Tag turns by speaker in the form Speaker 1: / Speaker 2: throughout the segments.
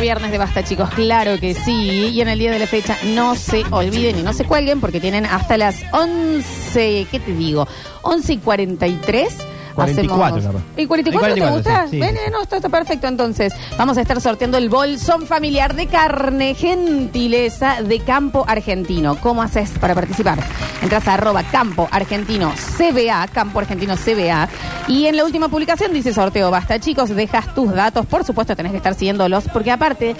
Speaker 1: viernes de Basta, chicos, claro que sí. Y en el día de la fecha no se olviden y no se cuelguen porque tienen hasta las 11, ¿qué te digo? 11 y 43.
Speaker 2: 44,
Speaker 1: hacemos...
Speaker 2: capaz.
Speaker 1: ¿Y 44 te
Speaker 2: 44,
Speaker 1: gusta?
Speaker 2: sí, sí.
Speaker 1: Ven, eh, no, está, está perfecto. Entonces, vamos a estar sorteando el bolsón familiar de carne gentileza de Campo Argentino. ¿Cómo haces para participar? Entras a arroba Campo Argentino CBA, Campo Argentino CBA. Y en la última publicación dice sorteo basta, chicos. Dejas tus datos. Por supuesto, tenés que estar siguiéndolos, porque aparte.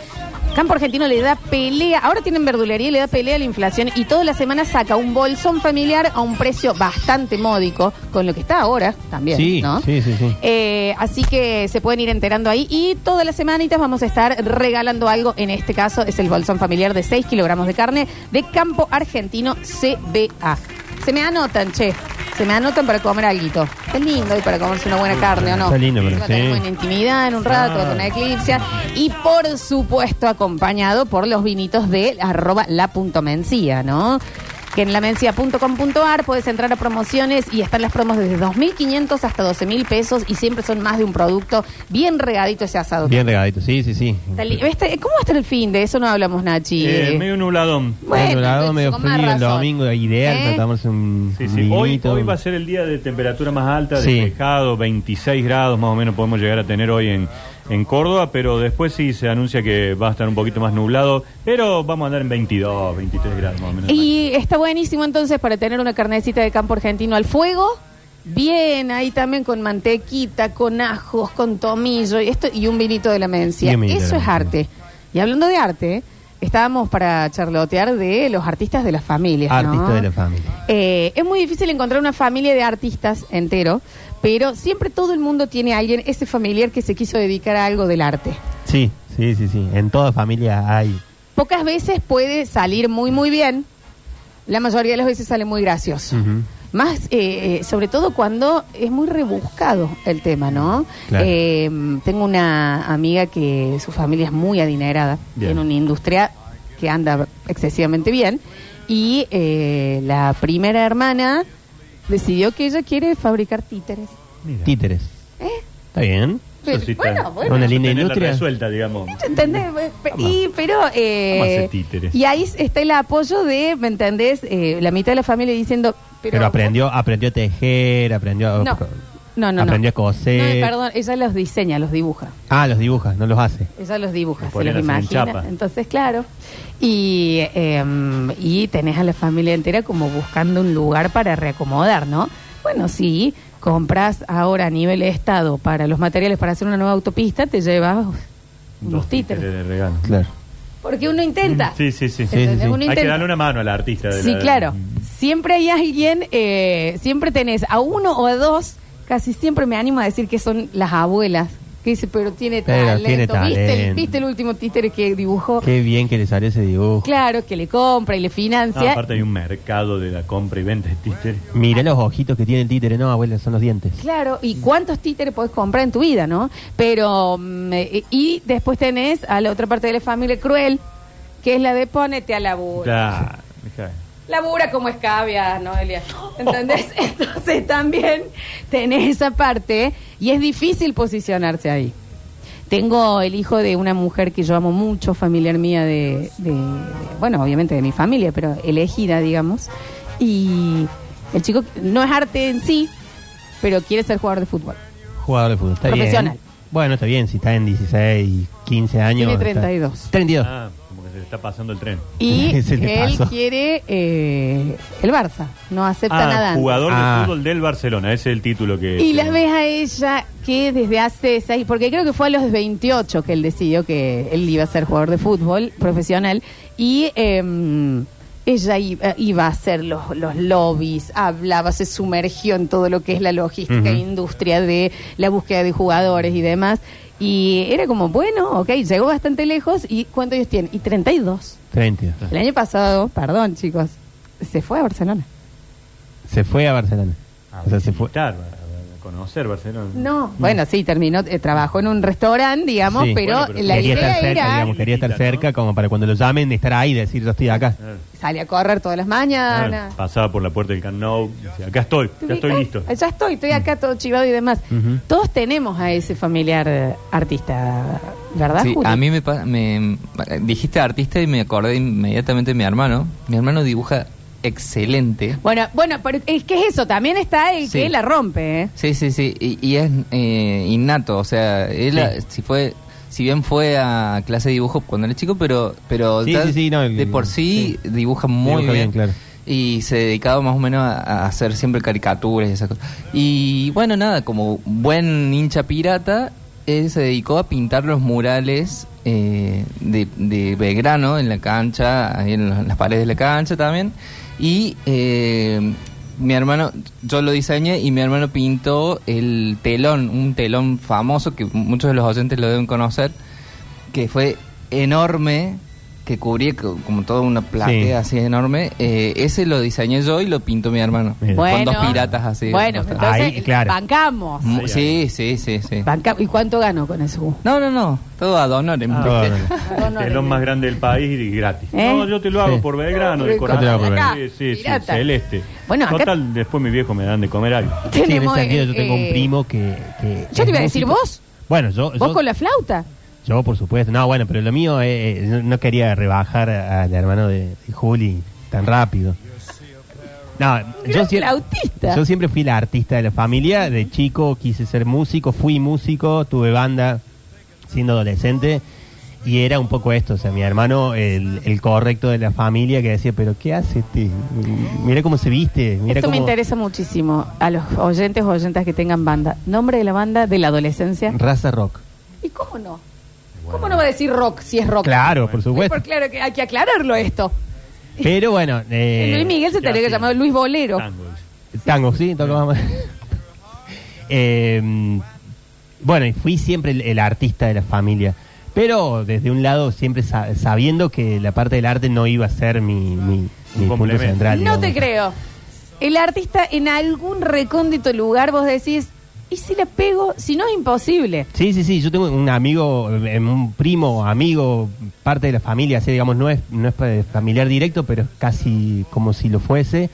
Speaker 1: Campo Argentino le da pelea, ahora tienen verdulería y le da pelea a la inflación y toda la semana saca un bolsón familiar a un precio bastante módico, con lo que está ahora también,
Speaker 2: Sí,
Speaker 1: ¿no?
Speaker 2: sí, sí, sí.
Speaker 1: Eh, así que se pueden ir enterando ahí. Y todas las semanitas vamos a estar regalando algo. En este caso es el bolsón familiar de 6 kilogramos de carne de campo argentino CBA. Se me anotan, che. Se me anotan para comer alguito. Está lindo hoy para comerse una buena carne, ¿o no?
Speaker 2: Está lindo, pero
Speaker 1: Va a tener
Speaker 2: sí.
Speaker 1: buena intimidad en un rato,
Speaker 2: Ah.
Speaker 1: con una eclipse. Y por supuesto acompañado por los vinitos de arroba la punto mencía, ¿no? Que en lamencia.com.ar puedes entrar a promociones y están las promos desde 2.500 hasta 12.000 pesos y siempre son más de un producto bien regadito ese asado.
Speaker 2: Bien regadito, sí, sí, sí.
Speaker 1: Está li- ¿Viste? ¿Cómo va a estar el fin de eso? No hablamos, Nachi.
Speaker 3: Eh, medio nubladón.
Speaker 1: Bueno,
Speaker 2: Bueno, lado
Speaker 1: entonces,
Speaker 2: medio
Speaker 1: con más
Speaker 2: frío el
Speaker 1: razón.
Speaker 2: domingo, ideal
Speaker 1: ¿Eh?
Speaker 2: para tomarse un
Speaker 3: Sí, sí. Hoy,
Speaker 2: vinito.
Speaker 3: hoy va a ser el día de temperatura más alta,
Speaker 2: Sí.
Speaker 3: despejado, 26 grados más o menos podemos llegar a tener hoy en, en Córdoba, pero después sí se anuncia que va a estar un poquito más nublado, pero vamos a andar en 22, 23 grados más o menos.
Speaker 1: Y está buenísimo entonces para tener una carnecita de campo argentino al fuego. Bien, ahí también con mantequita, con ajos, con tomillo y esto y un vinito de la mencia.
Speaker 2: Y un vinito de
Speaker 1: Eso
Speaker 2: la
Speaker 1: es
Speaker 2: Mencia.
Speaker 1: arte. Y hablando de arte, estábamos para charlotear de los artistas de las familias. ¿no?
Speaker 2: Artista de la familia.
Speaker 1: Eh, es muy difícil encontrar una familia de artistas entero, pero siempre todo el mundo tiene a alguien, ese familiar que se quiso dedicar a algo del arte.
Speaker 2: Sí, sí, sí, sí. En toda familia hay.
Speaker 1: Pocas veces puede salir muy, muy bien. La mayoría de las veces sale muy gracioso.
Speaker 2: Ujú.
Speaker 1: Más, eh, eh, sobre todo cuando es muy rebuscado el tema, ¿no?
Speaker 2: Claro.
Speaker 1: Eh, tengo una amiga que su familia es muy adinerada,
Speaker 3: Bien.
Speaker 1: tiene una industria que anda excesivamente bien, y eh, la primera hermana decidió que ella quiere fabricar títeres.
Speaker 3: Mira.
Speaker 2: Títeres.
Speaker 1: ¿Eh?
Speaker 2: ¿Está bien?
Speaker 1: Pero,
Speaker 3: Eso sí está-
Speaker 1: bueno, bueno.
Speaker 2: Una linda
Speaker 3: Tenerla
Speaker 2: industria.
Speaker 3: resuelta, digamos.
Speaker 1: ¿Entendés? Pe- Y, pero. eh,
Speaker 3: Vamos a hacer títeres.
Speaker 1: Y ahí está el apoyo de, ¿me entendés? Eh, la mitad de la familia diciendo. Pero,
Speaker 2: Pero, aprendió, aprendió a tejer, aprendió
Speaker 3: Ah,
Speaker 2: a...
Speaker 1: No, no, no.
Speaker 2: Aprendió a coser.
Speaker 1: No, perdón, ella los diseña, los dibuja.
Speaker 2: Ah, los dibujas, no los hace.
Speaker 1: Ella los dibuja,
Speaker 3: Los
Speaker 1: se los
Speaker 3: ponían así en
Speaker 1: imagina.
Speaker 3: chapa.
Speaker 1: Entonces, claro. Y, eh, y tenés a la familia entera como buscando un lugar para reacomodar, ¿no? Bueno, si compras ahora a nivel de Estado para los materiales para hacer una nueva autopista, te llevas unos
Speaker 3: Dos
Speaker 1: títeres.
Speaker 3: de regalo.
Speaker 2: Claro.
Speaker 1: Porque uno intenta.
Speaker 3: Sí, sí, sí.
Speaker 2: Sí, sí,
Speaker 1: ¿Entendés?
Speaker 2: sí.
Speaker 1: Uno
Speaker 3: Hay que
Speaker 1: intenta.
Speaker 3: darle una mano al artista. de
Speaker 1: Sí,
Speaker 3: la-
Speaker 1: claro. Siempre hay alguien, eh, siempre tenés a uno o a dos, casi siempre me animo a decir que son las abuelas, que dice, pero tiene
Speaker 2: Pero
Speaker 1: talento.
Speaker 2: tiene
Speaker 1: ¿Viste, el,
Speaker 2: talento.
Speaker 1: viste el último títere que dibujó?
Speaker 2: Qué bien que le salió ese dibujo.
Speaker 1: Claro, que le compra y le
Speaker 3: No,
Speaker 1: financia.
Speaker 3: aparte hay un mercado de la compra y venta de títeres.
Speaker 2: Mirá los ojitos que tiene el títere. No, abuela, son los dientes.
Speaker 1: Claro, y cuántos títeres podés comprar en tu vida, ¿no? Pero, mm, eh, y después tenés a la otra parte de la familia cruel, que es la de ponete a laburo.
Speaker 3: Claro. Claro.
Speaker 1: labura como escabia, Noelia. ¿Entendés? Entonces también tenés esa parte y es difícil posicionarse ahí. Tengo el hijo de una mujer que yo amo mucho, familiar mía de, de- bueno, obviamente de mi familia, pero elegida, digamos. Y el chico no es arte en sí, pero quiere ser jugador de fútbol.
Speaker 2: Jugador de fútbol. Está
Speaker 1: Profesional.
Speaker 2: Bien. Bueno, está bien. Si está en 16, 15 años.
Speaker 1: Tiene
Speaker 2: está-
Speaker 1: 32.
Speaker 2: 32.
Speaker 3: Ah, como que se le está pasando el tren.
Speaker 1: Y
Speaker 2: Se le
Speaker 1: él
Speaker 2: pasó.
Speaker 1: quiere eh, el Barça, no acepta
Speaker 3: Ah,
Speaker 1: nada. antes.
Speaker 3: jugador
Speaker 2: Ah.
Speaker 3: de fútbol del Barcelona, ese es el título que...
Speaker 1: Y
Speaker 3: que-
Speaker 1: las ves a ella que desde hace seis, porque creo que fue a los 28 que él decidió que él iba a ser jugador de fútbol profesional y em, ella i- eh, iba a hacer los, los lobbies, hablaba, se sumergió en todo lo que es la logística e
Speaker 2: Ujú.
Speaker 1: industria de la búsqueda de jugadores y demás. Y era como, bueno, ok, llegó bastante lejos y ¿cuántos años tiene? Y 32.
Speaker 2: 32.
Speaker 1: El año pasado, perdón chicos, se fue a Barcelona.
Speaker 2: Se fue a Barcelona.
Speaker 3: Ah,
Speaker 2: o sea, se fue.
Speaker 3: militar, a- a- a- conocer Barcelona.
Speaker 1: No, bueno, sí, terminó, eh, trabajó en un restaurante, digamos,
Speaker 2: Mm. Sí.
Speaker 1: pero,
Speaker 3: Bueno, pero
Speaker 1: la
Speaker 2: quería
Speaker 1: idea
Speaker 2: estar cerca,
Speaker 1: era
Speaker 2: digamos, quería estar cerca como para cuando lo llamen estar ahí y decir yo estoy acá.
Speaker 3: Claro,
Speaker 1: salir a correr todas las
Speaker 3: claro.
Speaker 1: mañanas.
Speaker 3: Pasaba por la puerta del Camp Nou, decía, acá estoy,
Speaker 1: ¿Te
Speaker 3: ya estoy
Speaker 1: ubicás?
Speaker 3: listo.
Speaker 1: Ya estoy, estoy acá todo chivado y demás.
Speaker 2: Ujú.
Speaker 1: Todos tenemos a ese familiar eh, artista, ¿verdad?
Speaker 4: Sí,
Speaker 1: Julio?
Speaker 4: a mí me, pa- me- eh, dijiste artista y me acordé inmediatamente de mi hermano. Mi hermano dibuja excelente.
Speaker 1: Bueno, bueno, pero es que es eso, también está el
Speaker 4: Sí.
Speaker 1: que la rompe, ¿eh?
Speaker 4: Sí, sí, sí. Y, y es eh, innato. O sea, él
Speaker 2: Sí.
Speaker 4: si fue, si bien fue a clase de dibujo cuando era chico, pero, pero
Speaker 2: Sí,
Speaker 4: ya
Speaker 2: sí, sí, no, el-
Speaker 4: de por sí, dibuja muy
Speaker 2: Dibuja bien,
Speaker 4: bien.
Speaker 2: claro.
Speaker 4: Y se dedicaba más o menos a, a hacer siempre caricaturas y esas cosas. Y bueno, nada, como buen hincha pirata, él se dedicó a pintar los murales eh, de, de Belgrano en la cancha, ahí en la- en las paredes de la cancha también. Y eh, mi hermano, yo lo diseñé y mi hermano pintó el telón, un telón famoso que muchos de los oyentes lo deben conocer, que fue enorme, que cubría co- como toda una platea así enorme. Eh, ese lo diseñé yo y lo pintó mi hermano.
Speaker 2: Mira.
Speaker 4: Con dos piratas así. Mm.
Speaker 1: Bueno,
Speaker 4: Mostrando.
Speaker 1: entonces
Speaker 2: Ahí, claro.
Speaker 1: bancamos.
Speaker 4: Mu- Sí, sí, sí, sí.
Speaker 1: Banca- ¿Y cuánto ganó con eso?
Speaker 4: No, no, no. Todo ad honorem.
Speaker 3: Ah,
Speaker 4: ¿viste?
Speaker 2: bueno.
Speaker 1: No,
Speaker 3: El
Speaker 1: no,
Speaker 3: telón
Speaker 1: no.
Speaker 3: más grande del país y gratis.
Speaker 1: ¿Eh?
Speaker 3: No, yo te lo hago
Speaker 2: Sí.
Speaker 3: por Belgrano, de
Speaker 1: Yo te
Speaker 2: lo hago por
Speaker 3: corazón.
Speaker 1: Belgrano.
Speaker 3: Sí, sí, sí,
Speaker 1: Pirata.
Speaker 3: celeste.
Speaker 1: Bueno, acá-
Speaker 3: Total, después mi viejo me dan de comer algo.
Speaker 2: Sí, en ese
Speaker 1: Tenemos,
Speaker 2: sentido yo
Speaker 1: eh,
Speaker 2: tengo un
Speaker 1: eh,
Speaker 2: primo que... que
Speaker 1: Yo
Speaker 2: es
Speaker 1: te iba a decir,
Speaker 2: músico.
Speaker 1: ¿vos?
Speaker 2: Bueno, yo...
Speaker 1: ¿Vos
Speaker 2: yo-
Speaker 1: con la flauta?
Speaker 2: Yo, por supuesto. No, bueno, pero lo mío, eh, eh, no- no quería rebajar al hermano de, de Juli tan rápido. No, yo,
Speaker 1: gran
Speaker 2: sie-
Speaker 1: flautista.
Speaker 2: yo siempre fui la artista de la familia. De chico quise ser músico, fui músico, tuve banda siendo adolescente. Y era un poco esto, o sea, mi hermano, el, el correcto de la familia, que decía, pero ¿qué hace este? Mira cómo se viste, mira
Speaker 1: Esto me
Speaker 2: cómo...
Speaker 1: interesa muchísimo a los oyentes o oyentas que tengan banda. Nombre de la banda de la adolescencia.
Speaker 2: Raza rock.
Speaker 1: ¿Y cómo no? ¿Cómo no va a decir rock si es rock?
Speaker 2: Claro, por
Speaker 1: Sí,
Speaker 2: supuesto.
Speaker 1: por claro que hay que aclararlo esto.
Speaker 2: Pero bueno, eh, Ah,
Speaker 1: Luis Miguel se
Speaker 3: ¿qué
Speaker 1: tenía que
Speaker 3: hacía?
Speaker 1: llamar Luis Bolero.
Speaker 3: Tango, dice.
Speaker 1: Eh,
Speaker 2: Tango, sí, tocábamos. Eh, bueno, y fui siempre el, el artista de la familia. Pero desde un lado, siempre sa- sabiendo que la parte del arte no iba a ser mi, mi- mi punto
Speaker 3: complemento.
Speaker 2: central.
Speaker 1: No
Speaker 2: digamos.
Speaker 1: te creo. El artista en algún recóndito lugar vos decís, ¿y si le pego? Si no es imposible.
Speaker 2: Sí, sí, sí. Yo tengo un amigo, eh, un primo, amigo, parte de la familia, así digamos, no es, no es eh, familiar directo, pero es casi como si lo fuese,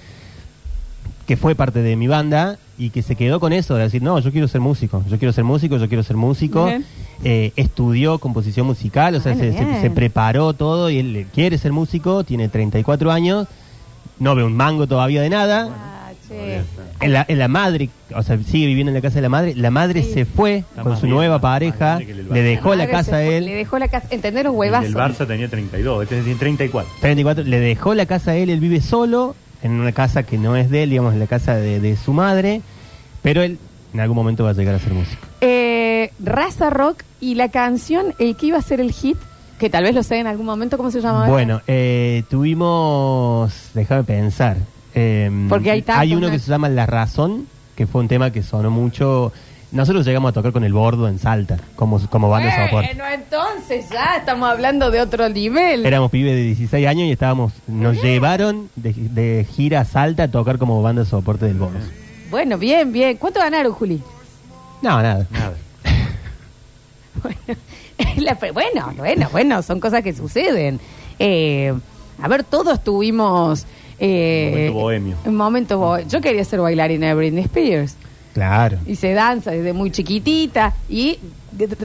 Speaker 2: que fue parte de mi banda y que se quedó con eso, de decir, no, yo quiero ser músico, yo quiero ser músico, yo quiero ser músico.
Speaker 1: Bien.
Speaker 2: Eh, estudió composición musical, o sea,
Speaker 1: Bueno,
Speaker 2: se, se-
Speaker 1: bien.
Speaker 2: se preparó todo y él eh, quiere ser músico, tiene 34 años, no ve un mango todavía de nada.
Speaker 1: Ah, che.
Speaker 2: En la, en la madre, o sea, sigue viviendo en la casa de la madre. La madre se fue
Speaker 3: Está
Speaker 2: con
Speaker 3: más
Speaker 2: su
Speaker 3: bien,
Speaker 2: nueva
Speaker 3: más- más
Speaker 2: pareja,
Speaker 3: grande que el del
Speaker 2: le
Speaker 3: Barça.
Speaker 2: dejó la
Speaker 1: Madre se
Speaker 2: casa a
Speaker 1: fue, Le
Speaker 2: él.
Speaker 1: dejó la casa. Entender los huevazos.
Speaker 3: El del Barça tenía 32, este tiene 34.
Speaker 2: 34, le dejó la casa a él, él vive solo en una casa que no es de él, digamos, en la casa de, de su madre. Pero él en algún momento va a llegar a ser músico.
Speaker 1: Eh, Raza Rock y la canción el que iba a ser el hit, que tal vez lo sé en algún momento, ¿cómo se llamaba?
Speaker 2: Bueno, eh, tuvimos, déjame pensar. eh,
Speaker 1: Porque hay tantos,
Speaker 2: uno
Speaker 1: ¿no?
Speaker 2: que se llama La Razón, que fue un tema que sonó mucho. Nosotros llegamos a tocar con el bordo en Salta, como, como banda de soporte.
Speaker 1: Eh, Bueno, entonces ya estamos hablando de otro nivel.
Speaker 2: Éramos pibes de 16 años y estábamos, nos llevaron de, de gira a Salta a tocar como banda de soporte del bonus.
Speaker 1: Bueno, bien, bien. ¿Cuánto ganaron, Juli?
Speaker 2: No, nada.
Speaker 3: Nada.
Speaker 1: La pe- bueno, bueno, bueno, son cosas que suceden. Eh, a ver, todos tuvimos... eh,
Speaker 3: Momento bohemio.
Speaker 1: un momento bo- Yo quería ser bailarina de Britney Spears.
Speaker 2: Claro.
Speaker 1: Hice danza desde muy chiquitita. y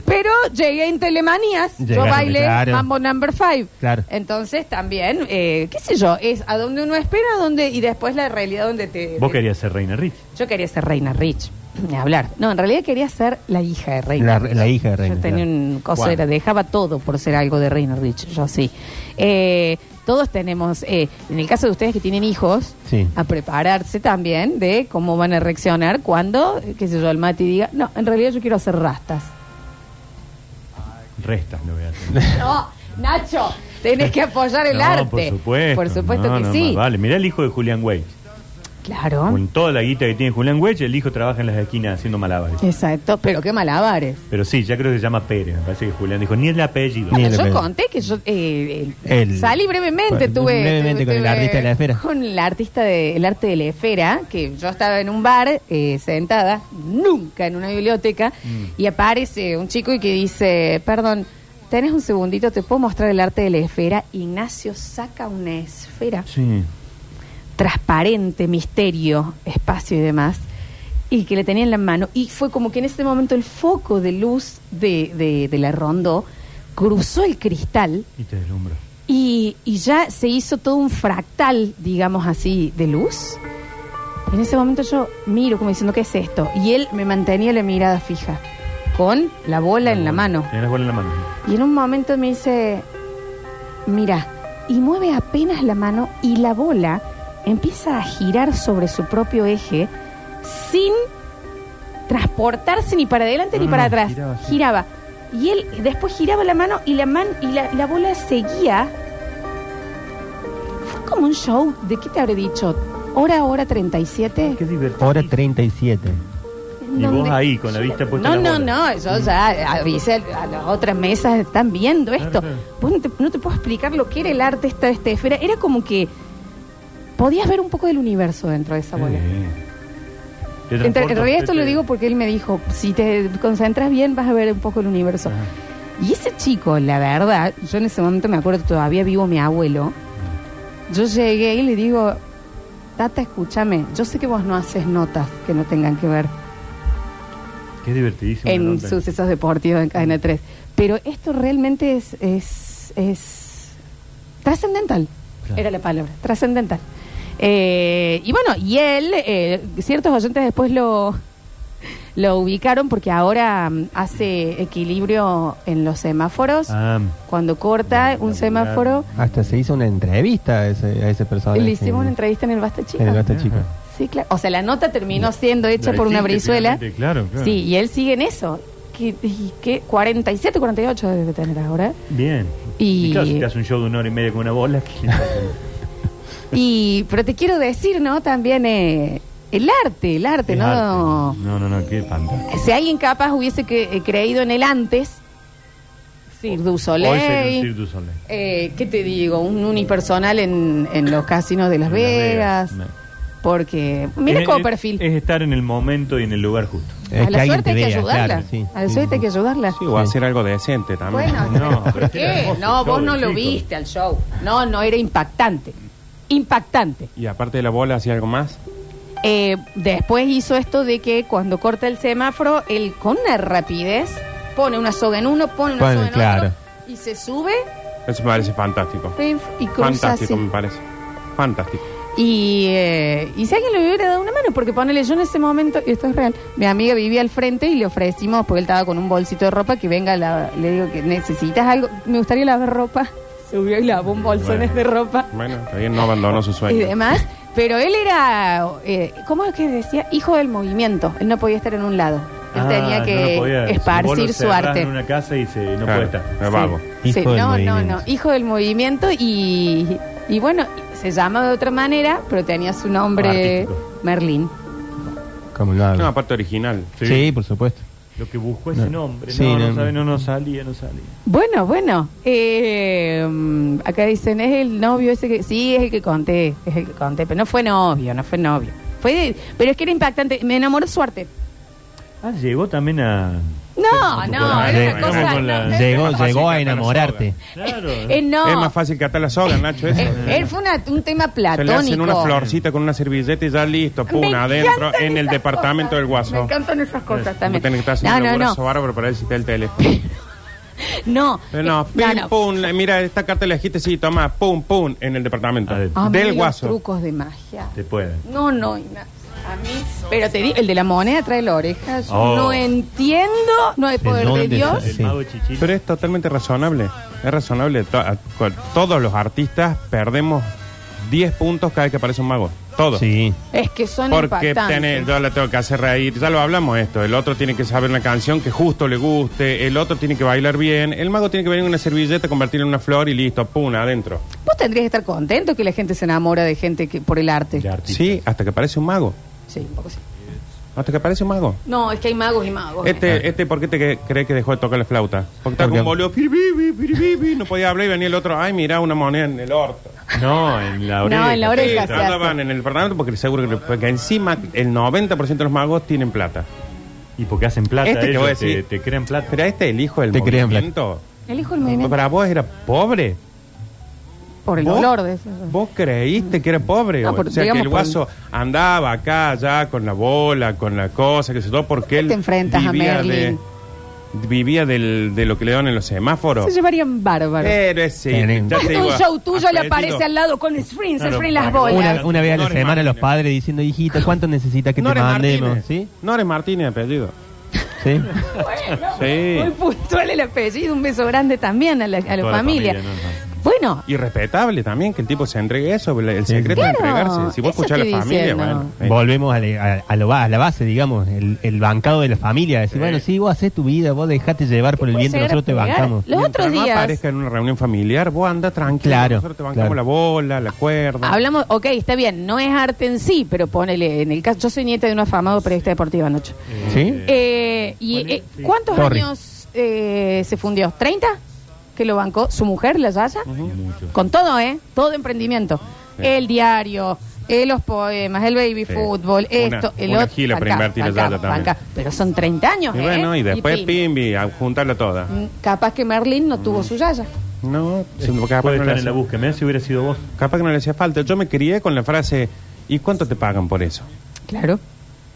Speaker 1: Pero llegué en Telemanías.
Speaker 2: Llegaste,
Speaker 1: yo bailé
Speaker 2: claro.
Speaker 1: Mambo Number Five
Speaker 2: Claro.
Speaker 1: Entonces también, eh, qué sé yo, es a donde uno espera donde y después la realidad donde te...
Speaker 3: Vos
Speaker 1: te-
Speaker 3: querías ser Reina Rich.
Speaker 1: yo quería ser Reina Rich, ni hablar. No, en realidad quería ser la hija de Reina.
Speaker 2: La,
Speaker 1: Rich.
Speaker 2: la hija de Reina.
Speaker 1: Yo tenía
Speaker 2: claro.
Speaker 1: un coso,
Speaker 3: Bueno.
Speaker 1: era- dejaba todo por ser algo de Reina Rich, yo sí. Eh, todos tenemos, eh, en el caso de ustedes que tienen hijos,
Speaker 2: Sí.
Speaker 1: a prepararse también de cómo van a reaccionar cuando, eh, qué sé yo, el Mati diga, no, en realidad yo quiero hacer rastas.
Speaker 3: Restas lo voy a hacer.
Speaker 1: No, Nacho, tenés que apoyar el
Speaker 3: No,
Speaker 1: arte.
Speaker 3: Por supuesto.
Speaker 1: Por supuesto
Speaker 3: No,
Speaker 1: que
Speaker 3: no,
Speaker 1: sí.
Speaker 3: más Vale, mirá el hijo de Julián Way.
Speaker 1: Claro.
Speaker 3: Con toda la guita que tiene Julián Güech, el hijo trabaja en las esquinas haciendo malabares.
Speaker 1: Exacto, pero qué malabares.
Speaker 3: Pero sí, ya creo que se llama Pérez. Me parece que Julián dijo, ni el apellido.
Speaker 2: Ni el-
Speaker 1: yo
Speaker 2: apellido.
Speaker 1: conté que yo eh, eh,
Speaker 2: El-
Speaker 1: salí brevemente,
Speaker 2: Bueno,
Speaker 1: tuve...
Speaker 2: brevemente con el artista de la esfera.
Speaker 1: Con el artista del arte de la esfera, que yo estaba en un bar eh, sentada, nunca en una biblioteca,
Speaker 2: Mm.
Speaker 1: y aparece un chico y que dice, perdón, ¿tenés un segundito? ¿Te puedo mostrar el arte de la esfera? Ignacio saca una esfera
Speaker 3: Sí.
Speaker 1: transparente, misterio, espacio y demás, y que le tenía en la mano. Y fue como que en ese momento el foco de luz de, de- de la rondó cruzó el cristal
Speaker 3: Y te deslumbra.
Speaker 1: y, y ya se hizo todo un fractal, digamos así, de luz. En ese momento yo miro como diciendo, ¿qué es esto? Y él me mantenía la mirada fija, con la bola en la mano.
Speaker 3: Tiene la bola en la mano.
Speaker 1: Y en un momento me dice, mira, y mueve apenas la mano y la bola empieza a girar sobre su propio eje sin transportarse ni para adelante
Speaker 3: No,
Speaker 1: ni
Speaker 3: no,
Speaker 1: para
Speaker 3: no,
Speaker 1: atrás.
Speaker 3: giraba, sí.
Speaker 1: Giraba. Y él después giraba la mano y la, man, y la, la bola seguía. Fue como un show, ¿de qué te habré dicho? Hora, hora 37.
Speaker 3: Qué divertido.
Speaker 2: Hora 37.
Speaker 3: Y
Speaker 1: ¿Dónde?
Speaker 3: vos ahí, con la vista puesta
Speaker 1: No,
Speaker 3: en
Speaker 1: no,
Speaker 3: la bola.
Speaker 1: no, yo ya avisé a las otras mesas, están viendo
Speaker 3: Claro,
Speaker 1: esto.
Speaker 3: claro.
Speaker 1: Vos no te, no te puedo explicar lo que era el arte esta de esta esfera. Era como que podías ver un poco del universo dentro de esa bola.
Speaker 3: Te
Speaker 1: En, en
Speaker 3: transporta,
Speaker 1: realidad esto
Speaker 3: te-
Speaker 1: lo digo porque él me dijo, si te concentras bien vas a ver un poco el universo.
Speaker 3: Ajá.
Speaker 1: Y ese chico, la verdad, yo en ese momento me acuerdo, todavía vivo mi abuelo. Yo llegué y le digo, Tata, escúchame, yo sé que vos no haces notas que no tengan que ver
Speaker 3: Qué Mm. divertidísimo.
Speaker 1: en
Speaker 3: ¿no?
Speaker 1: sucesos deportivos en Cadena 3. Pero esto realmente es, es, es trascendental.
Speaker 3: Claro.
Speaker 1: Era la palabra, trascendental. Eh, y bueno, y él, eh, ciertos oyentes después lo, lo ubicaron porque ahora mm, hace equilibrio en los semáforos.
Speaker 3: Ah,
Speaker 1: Cuando corta
Speaker 3: Bien,
Speaker 1: un
Speaker 3: laburar.
Speaker 1: semáforo,
Speaker 2: Hasta se hizo una entrevista a ese, a ese personaje.
Speaker 1: le hicimos una entrevista en el Basta
Speaker 2: En el
Speaker 1: Chica.
Speaker 2: Basta Chico.
Speaker 3: Ajá.
Speaker 1: Sí, claro. O sea, la nota terminó siendo hecha
Speaker 3: La
Speaker 1: por una
Speaker 3: hiciste,
Speaker 1: brizuela.
Speaker 3: finalmente, Claro, claro.
Speaker 1: Sí, y él sigue en eso. ¿Qué, y qué? 47, 48 debe tener ahora.
Speaker 3: Bien.
Speaker 1: Y-
Speaker 3: claro, si te hace un show de una hora y media con una bola. ¿qué?
Speaker 1: Y, pero te quiero decir, ¿no? También eh, el arte, el arte,
Speaker 3: Es
Speaker 1: Este, ¿no?
Speaker 3: arte. No, no, no, qué fantástico.
Speaker 1: Si alguien capaz hubiese que- eh, creído en él antes, Cirque du
Speaker 3: Hoy sería un Cirque
Speaker 1: Soleil.
Speaker 3: du Soleil.
Speaker 1: eh, ¿Qué te digo? Un unipersonal en, en los casinos de Las
Speaker 3: En Las
Speaker 1: Vegas.
Speaker 3: Vegas, no.
Speaker 1: Porque, mira
Speaker 3: Es-
Speaker 1: Copperfield.
Speaker 3: Es, es estar en el momento y en el lugar justo.
Speaker 1: a
Speaker 2: Eh,
Speaker 1: la
Speaker 2: alguien
Speaker 1: suerte hay
Speaker 2: te
Speaker 1: que
Speaker 2: vea,
Speaker 1: ayudarla.
Speaker 2: claro, sí.
Speaker 1: A la suerte hay que ayudarla.
Speaker 5: Sí, o hacer algo decente también.
Speaker 1: Bueno,
Speaker 3: No,
Speaker 1: ¿por
Speaker 3: pero era
Speaker 1: qué?
Speaker 3: hermoso
Speaker 1: No,
Speaker 3: el
Speaker 1: vos
Speaker 3: show
Speaker 1: no
Speaker 3: del
Speaker 1: lo
Speaker 3: chico.
Speaker 1: viste al show. No, no, era impactante. Impactante.
Speaker 5: Y aparte de la bola, hacía algo más.
Speaker 1: Eh, después hizo esto de que cuando corta el semáforo, él con una rapidez pone una soga en uno, pone una
Speaker 2: Bueno,
Speaker 1: soga en
Speaker 2: claro.
Speaker 1: otro y se sube
Speaker 5: Eso me parece fantástico.
Speaker 1: pif, y cruza
Speaker 5: Fantástico,
Speaker 1: así.
Speaker 5: me parece. Fantástico.
Speaker 1: Y, eh, y si alguien le hubiera dado una mano, porque ponele yo en ese momento, y esto es real, mi amiga vivía al frente y le ofrecimos, porque él estaba con un bolsito de ropa, que venga, la- le digo que necesitas algo, me gustaría lavar ropa. Subió y lavó un bolsón
Speaker 3: Bueno.
Speaker 1: de ropa.
Speaker 5: Bueno, también no abandonó su
Speaker 1: y
Speaker 5: sueño.
Speaker 1: demás. Pero él era, eh, ¿cómo es que decía? Hijo del movimiento. Él no podía estar en un lado. Él
Speaker 3: Ah,
Speaker 1: tenía
Speaker 3: no
Speaker 1: que
Speaker 3: lo podía- si vos lo
Speaker 1: esparcir su
Speaker 3: cerrás
Speaker 1: arte.
Speaker 3: en una casa y se, no
Speaker 5: Claro,
Speaker 3: puede estar.
Speaker 5: es vago.
Speaker 1: Sí,
Speaker 2: Hijo del
Speaker 1: no, no,
Speaker 2: movimiento.
Speaker 1: no. Hijo del movimiento y, y bueno, se llama de otra manera, pero tenía su nombre
Speaker 3: Artístico.
Speaker 1: Merlín.
Speaker 2: Como lo hago.
Speaker 5: No, aparte original.
Speaker 2: sí. por supuesto.
Speaker 3: Lo que buscó ese nombre.
Speaker 2: Sí,
Speaker 3: no, no,
Speaker 2: no,
Speaker 3: sabe,
Speaker 2: no.
Speaker 3: no, no salía, no salía.
Speaker 1: Bueno, bueno. eh, mm, acá dicen, es el novio ese que. Sí, es el que conté. Es el que conté. Pero no fue novio, no fue novio. Fue de- pero es que era impactante. Me enamoró su arte.
Speaker 3: Ah, llegó también a.
Speaker 1: No,
Speaker 3: Sí,
Speaker 1: no,
Speaker 2: sí,
Speaker 1: era una
Speaker 2: sí,
Speaker 1: cosa.
Speaker 3: sí, sí,
Speaker 1: no,
Speaker 3: sí,
Speaker 1: eh,
Speaker 2: Llegó,
Speaker 5: más fácil
Speaker 2: llegó a
Speaker 5: que
Speaker 2: enamorarte.
Speaker 3: Claro.
Speaker 1: eh, no.
Speaker 5: Es más fácil que atar la soga, Nacho. Eso.
Speaker 1: Eh, él fue una- un tema
Speaker 5: Se
Speaker 1: platónico.
Speaker 5: le hacen una florcita con una servilleta y ya listo,
Speaker 1: Me
Speaker 5: pum,
Speaker 1: encantan
Speaker 5: adentro,
Speaker 1: esas
Speaker 5: en el
Speaker 1: cosas.
Speaker 5: departamento del
Speaker 1: Me
Speaker 5: guaso.
Speaker 1: encantan esas cosas
Speaker 5: No
Speaker 1: también.
Speaker 5: tenés que estar haciendo un
Speaker 1: no, no,
Speaker 5: brazo
Speaker 1: no.
Speaker 5: bárbaro para ver si está el teléfono.
Speaker 1: No,
Speaker 5: Pero no,
Speaker 1: eh,
Speaker 5: pim, pum, la- mira, esta carta la dijiste, sí, toma, pum, pum, en el departamento.
Speaker 3: Adentro.
Speaker 1: A mí
Speaker 5: del
Speaker 1: los
Speaker 5: guaso.
Speaker 1: trucos de magia.
Speaker 3: Te pueden.
Speaker 1: No, no, Ignacio. A mí, pero te digo, el de la moneda trae la oreja. Yo
Speaker 3: Oh.
Speaker 1: No entiendo, no hay
Speaker 2: ¿De
Speaker 1: poder de
Speaker 2: dónde
Speaker 1: Dios.
Speaker 3: El
Speaker 2: Sí.
Speaker 3: mago Chichín.
Speaker 5: Pero es totalmente razonable. Es razonable. To- a- con- Todos los artistas perdemos 10 puntos cada vez que aparece un mago. Todo.
Speaker 2: Sí.
Speaker 1: Es que son
Speaker 5: Porque
Speaker 1: impactantes.
Speaker 5: tenés- yo la tengo que hacer reír, ya lo hablamos esto, el otro tiene que saber una canción que justo le guste, el otro tiene que bailar bien, el mago tiene que venir una servilleta, convertirla en una flor y listo, pum, adentro.
Speaker 1: Vos tendrías que estar contento que la gente se enamora de gente que, por el arte.
Speaker 3: De artista.
Speaker 5: Sí, hasta que aparece un mago,
Speaker 1: Sí, un poco sí.
Speaker 5: hasta que aparece un mago.
Speaker 1: No, es que hay magos y magos. eh.
Speaker 5: Este, este, ¿por qué te que- crees que dejó de tocar la flauta? Porque estaba
Speaker 2: Porque-
Speaker 5: con un boludo, piri, piri, piri, piri, piri, no podía hablar y venía el otro, ay, mira una moneda en el orto.
Speaker 3: No, en la oreja.
Speaker 1: en la oreja.
Speaker 5: Sí,
Speaker 1: se hace.
Speaker 5: tardaban en el Parlamento porque seguro que porque encima el 90% de los magos tienen plata.
Speaker 3: Y porque hacen plata,
Speaker 5: Este que
Speaker 3: ellos
Speaker 5: voy a
Speaker 3: te-
Speaker 5: decir.
Speaker 3: te, crean plata.
Speaker 5: Pero este, el hijo del
Speaker 2: Te crean plata.
Speaker 5: movimiento,
Speaker 1: El hijo del movimiento.
Speaker 5: para vos era pobre.
Speaker 1: Por el
Speaker 5: ¿Vos-
Speaker 1: dolor de eso.
Speaker 5: Vos creíste que era pobre.
Speaker 1: No,
Speaker 5: güey?
Speaker 1: Ah, por-
Speaker 5: o sea,
Speaker 1: digamos
Speaker 5: que el
Speaker 1: por-
Speaker 5: guaso andaba acá, allá, con la bola, con la cosa, que se todo, porque él
Speaker 1: te enfrentas a Merlin?
Speaker 5: de- vivía del- de lo que le daban en los semáforos.
Speaker 1: Se llevarían bárbaro.
Speaker 3: Eh,
Speaker 5: Pero ese...
Speaker 2: Tenés-
Speaker 5: ya te digo,
Speaker 1: un show tuyo le aparece
Speaker 5: apetito.
Speaker 1: al lado con Spring,
Speaker 3: Claro,
Speaker 1: Spring las
Speaker 3: para que-
Speaker 1: bolas.
Speaker 2: Una, una vez a la
Speaker 5: Nores
Speaker 2: semana los
Speaker 5: Martínez.
Speaker 2: padres diciendo, hijita, ¿cuánto necesitas que te
Speaker 5: Nores
Speaker 2: mandemos?
Speaker 5: Martínez.
Speaker 2: ¿Sí?
Speaker 5: Nores Martínez, apellido.
Speaker 2: ¿Sí?
Speaker 5: Sí.
Speaker 1: Muy puntual el apellido. Un beso grande también a la, a la
Speaker 3: Toda la
Speaker 1: familia.
Speaker 3: familia, no,
Speaker 1: Bueno,
Speaker 5: Y respetable también que el tipo se entregue eso, el el
Speaker 2: Sí,
Speaker 5: secreto
Speaker 1: sí.
Speaker 5: de
Speaker 1: Claro,
Speaker 5: entregarse. Si vos
Speaker 1: eso
Speaker 5: escuchás a la
Speaker 1: estoy
Speaker 5: familia,
Speaker 1: diciendo.
Speaker 5: bueno. eh,
Speaker 2: Volvemos a, la- a- a lo ba- a la base, digamos, el, el bancado de la familia. Decir,
Speaker 5: Sí.
Speaker 2: bueno, sí, vos haces tu vida, vos dejate llevar por el
Speaker 1: puede
Speaker 2: viento,
Speaker 1: llegar a
Speaker 2: nosotros te
Speaker 1: pegar?
Speaker 2: bancamos.
Speaker 1: Los
Speaker 5: mientras
Speaker 1: otros
Speaker 5: no
Speaker 1: días-
Speaker 5: aparezca en una reunión familiar, vos anda tranquilo.
Speaker 2: Claro,
Speaker 5: Nosotros te bancamos
Speaker 2: claro.
Speaker 5: la bola, la cuerda.
Speaker 1: hablamos, ok, está bien, no es arte en sí, pero ponele, en el caso, yo soy nieta de un afamado periodista deportivo anoche.
Speaker 2: ¿Sí?
Speaker 1: Eh, y,
Speaker 3: Ponele,
Speaker 1: eh,
Speaker 3: sí.
Speaker 1: ¿Cuántos
Speaker 2: Torri.
Speaker 1: años eh, se fundió? ¿30? Que lo bancó su mujer, la Yaya.
Speaker 3: Mucho.
Speaker 1: Con todo, ¿eh? Todo emprendimiento.
Speaker 5: Sí.
Speaker 1: El diario, eh, los poemas, el baby
Speaker 5: Sí.
Speaker 1: fútbol,
Speaker 5: Una-
Speaker 1: esto, el
Speaker 5: una
Speaker 1: otro.
Speaker 5: gila para invertir la
Speaker 1: bancá,
Speaker 5: Yaya también.
Speaker 1: bancá. Pero son 30 años,
Speaker 5: Y
Speaker 1: ¿eh?
Speaker 5: bueno, y después
Speaker 1: pim.
Speaker 5: pimbi, a juntarla toda.
Speaker 1: Mm, Capaz que Merlin no
Speaker 5: Mm.
Speaker 1: tuvo su Yaya.
Speaker 5: No,
Speaker 3: Eh,
Speaker 5: sí, porque capaz,
Speaker 3: Puede
Speaker 5: que no le
Speaker 3: estar en
Speaker 5: hacía,
Speaker 3: la búsqueda. Mirá si hubiera sido vos.
Speaker 5: capaz que no le hacía falta. Yo me crié con la frase, ¿y cuánto te pagan por eso?
Speaker 1: Claro.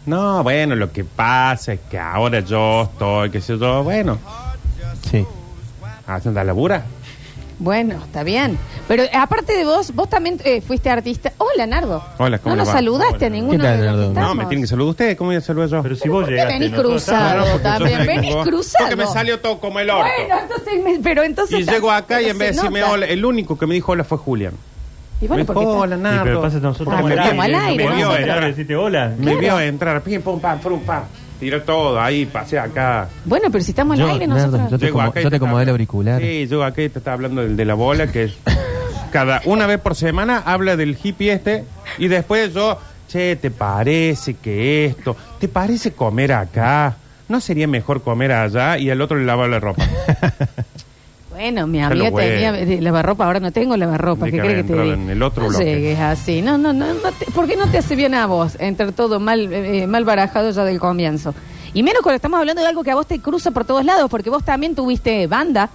Speaker 5: No, bueno, lo que pasa es que ahora yo estoy, qué sé yo, bueno,
Speaker 2: Sí.
Speaker 5: hacen la labura.
Speaker 1: Bueno, está bien. Pero eh, aparte de vos, vos también eh, fuiste artista. Hola, Nardo.
Speaker 5: Hola, ¿cómo
Speaker 1: No
Speaker 5: le
Speaker 1: nos
Speaker 5: va?
Speaker 1: saludaste
Speaker 3: Hola,
Speaker 1: a ninguno
Speaker 2: ¿Qué tal,
Speaker 1: de los que
Speaker 2: Nardo? No,
Speaker 5: No,
Speaker 1: estamos.
Speaker 5: me tienen que saludar ustedes, ¿cómo voy a saludar yo?
Speaker 3: Pero si vos
Speaker 1: ¿Por qué
Speaker 3: llegaste.
Speaker 1: venís
Speaker 3: nosotros
Speaker 1: cruzado?
Speaker 3: estábamos-
Speaker 5: porque yo
Speaker 1: también,
Speaker 5: me-
Speaker 1: Ah, venís
Speaker 5: porque-
Speaker 1: cruzado.
Speaker 5: Porque me salió todo como el orto.
Speaker 1: Bueno, entonces, me- pero entonces...
Speaker 5: Y llego acá y
Speaker 1: pero
Speaker 5: en vez de
Speaker 1: se
Speaker 5: decirme
Speaker 1: nota.
Speaker 5: hola, el único que me dijo hola fue Julián.
Speaker 1: Y bueno,
Speaker 5: me
Speaker 1: porque
Speaker 5: dijo
Speaker 1: está-
Speaker 5: hola, Ah,
Speaker 3: Sí,
Speaker 5: Nardo.
Speaker 3: pero pasa que nosotros
Speaker 1: Porque
Speaker 3: estamos
Speaker 1: me vio
Speaker 3: al
Speaker 1: al aire,
Speaker 3: Me vio
Speaker 5: nosotros.
Speaker 3: entrar y decirte hola.
Speaker 5: Me vio entrar, pim, pum, pam, frum, pam. Tiró todo ahí, pasé acá.
Speaker 1: Bueno, pero si estamos al
Speaker 2: Yo,
Speaker 1: aire
Speaker 2: Nardo,
Speaker 1: nosotros...
Speaker 2: yo te,
Speaker 5: Llego
Speaker 2: como-
Speaker 5: acá y
Speaker 2: yo te acomodé el
Speaker 5: está-
Speaker 2: auricular.
Speaker 5: Sí, yo acá y te estaba hablando del de la bola, que es cada una vez por semana habla del hippie este y después yo, che, ¿te parece que esto? ¿Te parece comer acá? ¿No sería mejor comer allá? Y el otro le lava la ropa.
Speaker 1: Bueno, mi
Speaker 5: Ya
Speaker 1: amiga
Speaker 5: lo huele.
Speaker 1: tenía de lavarropa, ahora no tengo lavarropa.
Speaker 5: De
Speaker 1: ¿Qué
Speaker 5: que
Speaker 1: crees que
Speaker 5: había
Speaker 1: te diga?
Speaker 5: entrado en el otro
Speaker 1: no
Speaker 5: bloque.
Speaker 1: llegues así. No, no, no. no te- ¿Por qué no te hace bien a vos entrar todo mal, eh, mal barajado ya del comienzo? Y menos cuando estamos hablando de algo que a vos te cruza por todos lados, porque vos también tuviste banda.